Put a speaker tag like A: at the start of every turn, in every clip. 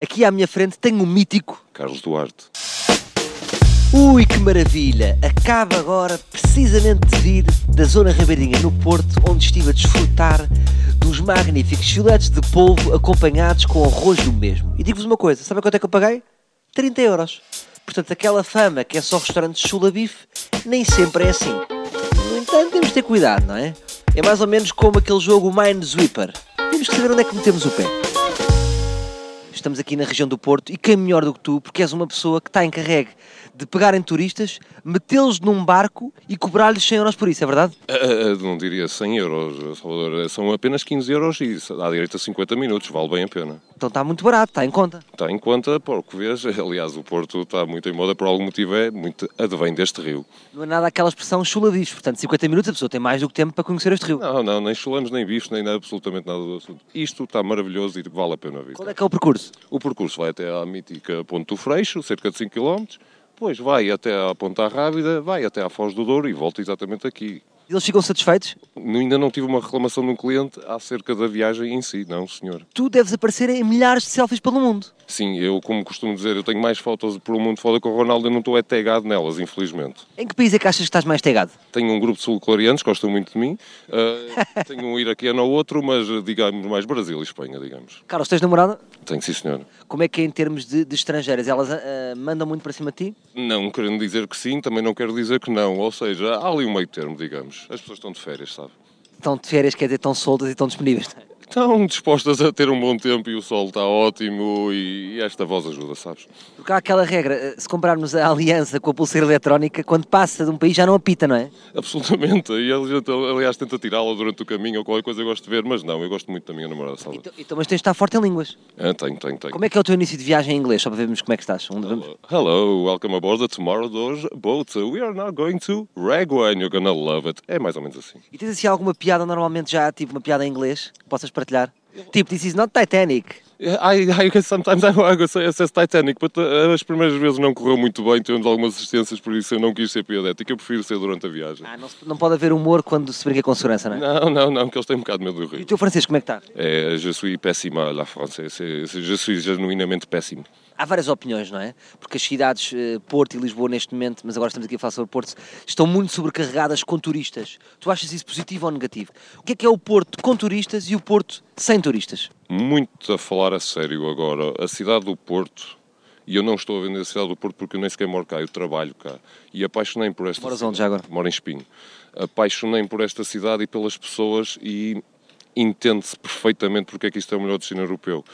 A: aqui à minha frente tenho um mítico.
B: Carlos Duarte.
A: Ui, que maravilha! Acaba agora precisamente de vir da Zona Ribeirinha, no Porto, onde estive a desfrutar dos magníficos filetes de polvo acompanhados com arroz do mesmo. E digo-vos uma coisa, sabem quanto é que eu paguei? 30 euros. Portanto, aquela fama que é só restaurante de chula bife, nem sempre é assim. No entanto, temos de ter cuidado, não é? É mais ou menos como aquele jogo Minesweeper. Temos que saber onde é que metemos o pé. Estamos aqui na região do Porto e quem melhor do que tu, porque és uma pessoa que está encarregue de pegarem turistas, metê-los num barco e cobrar-lhes 100 euros por isso, é verdade?
B: Ah, ah, não diria 100 euros, Salvador. eh, São apenas 15 euros e dá direito a 50 minutos. Vale bem a pena.
A: Então está muito barato, está em conta.
B: Está em conta, por o que vês. Aliás, o Porto está muito em moda, por algum motivo é muito advém deste rio.
A: Não é nada aquela expressão chula bicho, portanto 50 minutos a pessoa tem mais do que tempo para conhecer este rio.
B: Não, não, nem chulamos, nem bicho, nem nada, absolutamente nada do assunto. Isto está maravilhoso e vale a pena vir.
A: Qual é que é o percurso?
B: O percurso vai até à mítica Ponte do Freixo, cerca de 5 km. Depois vai até à Ponta Rábida, vai até à Foz do Douro e volta exatamente aqui.
A: Eles ficam satisfeitos?
B: Ainda não tive uma reclamação de um cliente acerca da viagem em si, não, senhor.
A: Tu deves aparecer em milhares de selfies pelo mundo.
B: Sim, eu, como costumo dizer, eu tenho mais fotos por um mundo fora com o Ronaldo, eu não estou é tagado nelas, infelizmente.
A: Em que país é que achas que estás mais tegado?
B: Tenho um grupo de sul-coreanos, que gostam muito de mim. Ah, tenho um iraquiano ou outro, mas eh, digamos mais Brasil e Espanha, digamos.
A: Carlos, tens namorada?
B: Tenho, sim, senhor.
A: Como é que é em termos de, de estrangeiras? Elas ah, mandam muito para cima de ti?
B: Não querendo dizer que sim, também não quero dizer que não. Ou seja, há ali um meio termo, digamos. As pessoas estão de férias, sabe?
A: Estão de férias, quer dizer, estão soltas e estão disponíveis. não é?
B: Estão dispostas a ter um bom tempo e o sol está ótimo e esta voz ajuda, sabes?
A: Porque há aquela regra, ah, se comprarmos a aliança com a pulseira eletrónica, quando passa de um país já não apita, não é?
B: Absolutamente. E a gente, aliás, tenta tirá-la durante o caminho ou qualquer coisa eu gosto de ver, mas não, eu gosto muito da minha namorada, sabe?
A: Então, então, mas tens de estar forte em línguas.
B: Ah, tenho, tenho, tenho.
A: Como é que é o teu início de viagem em inglês? Só para vermos como é que estás. Onde vamos?
B: Hello, welcome aboard the Tomorrow Doors boat. We are now going to Ragua and you're gonna love it. É mais ou menos assim.
A: E tens assim alguma piada normalmente já, tipo uma piada em inglês, que possas partilhar? Tipo, this is not Titanic.
B: É, I, I guess sometimes I I guess I assess Titanic, but uh, as primeiras vezes não correu muito bem, tendo algumas assistências, por isso eu não quis ser piadético, eu prefiro ser durante a viagem.
A: Ah, não, se- não pode haver humor quando se brinca com segurança, não é?
B: Não, não, não, que eles têm um bocado de medo do
A: E o
B: rio.
A: teu francês, como é que está?
B: É, je suis péssime à la française, C'est- c'est- je suis genuinamente péssimo.
A: Há várias opiniões, não é? Porque as cidades, eh, Porto e Lisboa neste momento, mas agora estamos aqui a falar sobre Porto, estão muito sobrecarregadas com turistas. Tu achas isso positivo ou negativo? O que é que é o Porto com turistas e o Porto sem turistas?
B: Muito a falar a sério agora, a cidade do Porto, e eu não estou a vender a cidade do Porto porque eu nem sequer moro cá, eu trabalho cá, e apaixonei-me por esta
A: Moras
B: cidade.
A: onde já agora?
B: Moro em Espinho. Apaixonei-me por esta cidade e pelas pessoas e entende-se perfeitamente porque é que isto é o melhor destino europeu.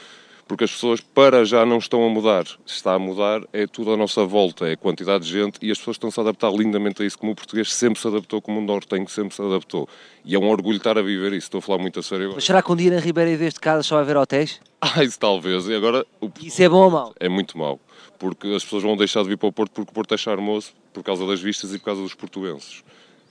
B: Porque as pessoas para já não estão a mudar. Está a mudar, é tudo à nossa volta, é a quantidade de gente e as pessoas estão-se a adaptar lindamente a isso, como o português sempre se adaptou, como o nortenho sempre se adaptou. E é um orgulho estar a viver isso, estou a falar muito a sério. agora.
A: Mas será que um dia na Ribeira, em vez de casa, só vai haver hotéis?
B: Ah, isso talvez. E agora o
A: E Isso é bom ou mau?
B: é muito mau, porque as pessoas vão deixar de vir para o Porto porque o Porto é charmoso por causa das vistas e por causa dos portuenses.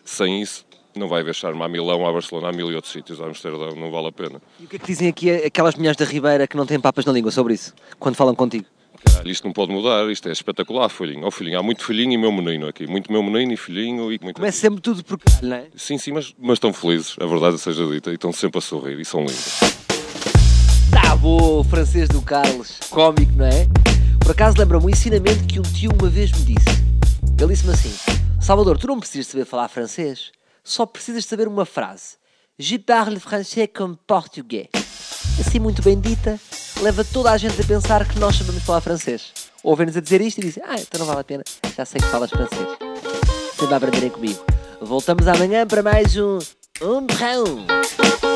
B: Sem isso, não vai haver charme a Milão, a Barcelona, a mil e outros sítios, a Amsterdão, não vale a pena.
A: E o que é que dizem aqui aquelas mulheres da Ribeira que não têm papas na língua sobre isso, quando falam contigo?
B: Caralho, isto não pode mudar, isto é espetacular, filhinho. Oh, filhinho, há muito filhinho e meu menino aqui, muito meu menino e filhinho e muito...
A: Começa sempre tudo por caralho, não é?
B: Sim, sim, mas, mas estão felizes, a verdade seja dita, e estão sempre a sorrir e são lindos.
A: Tá bom, o francês do Carlos, cómico, não é? Por acaso lembra-me um ensinamento que um tio uma vez me disse. Ele disse-me assim: Salvador, tu não precisas saber falar francês, só precisas saber uma frase. Je parle français comme portugais. Assim, muito bem dita, leva toda a gente a pensar que nós sabemos falar francês. Ouvem-nos a dizer isto e dizem: Ah, então não vale a pena, já sei que falas francês. Sempre a aprenderem comigo. Voltamos amanhã para mais um. Um Brão.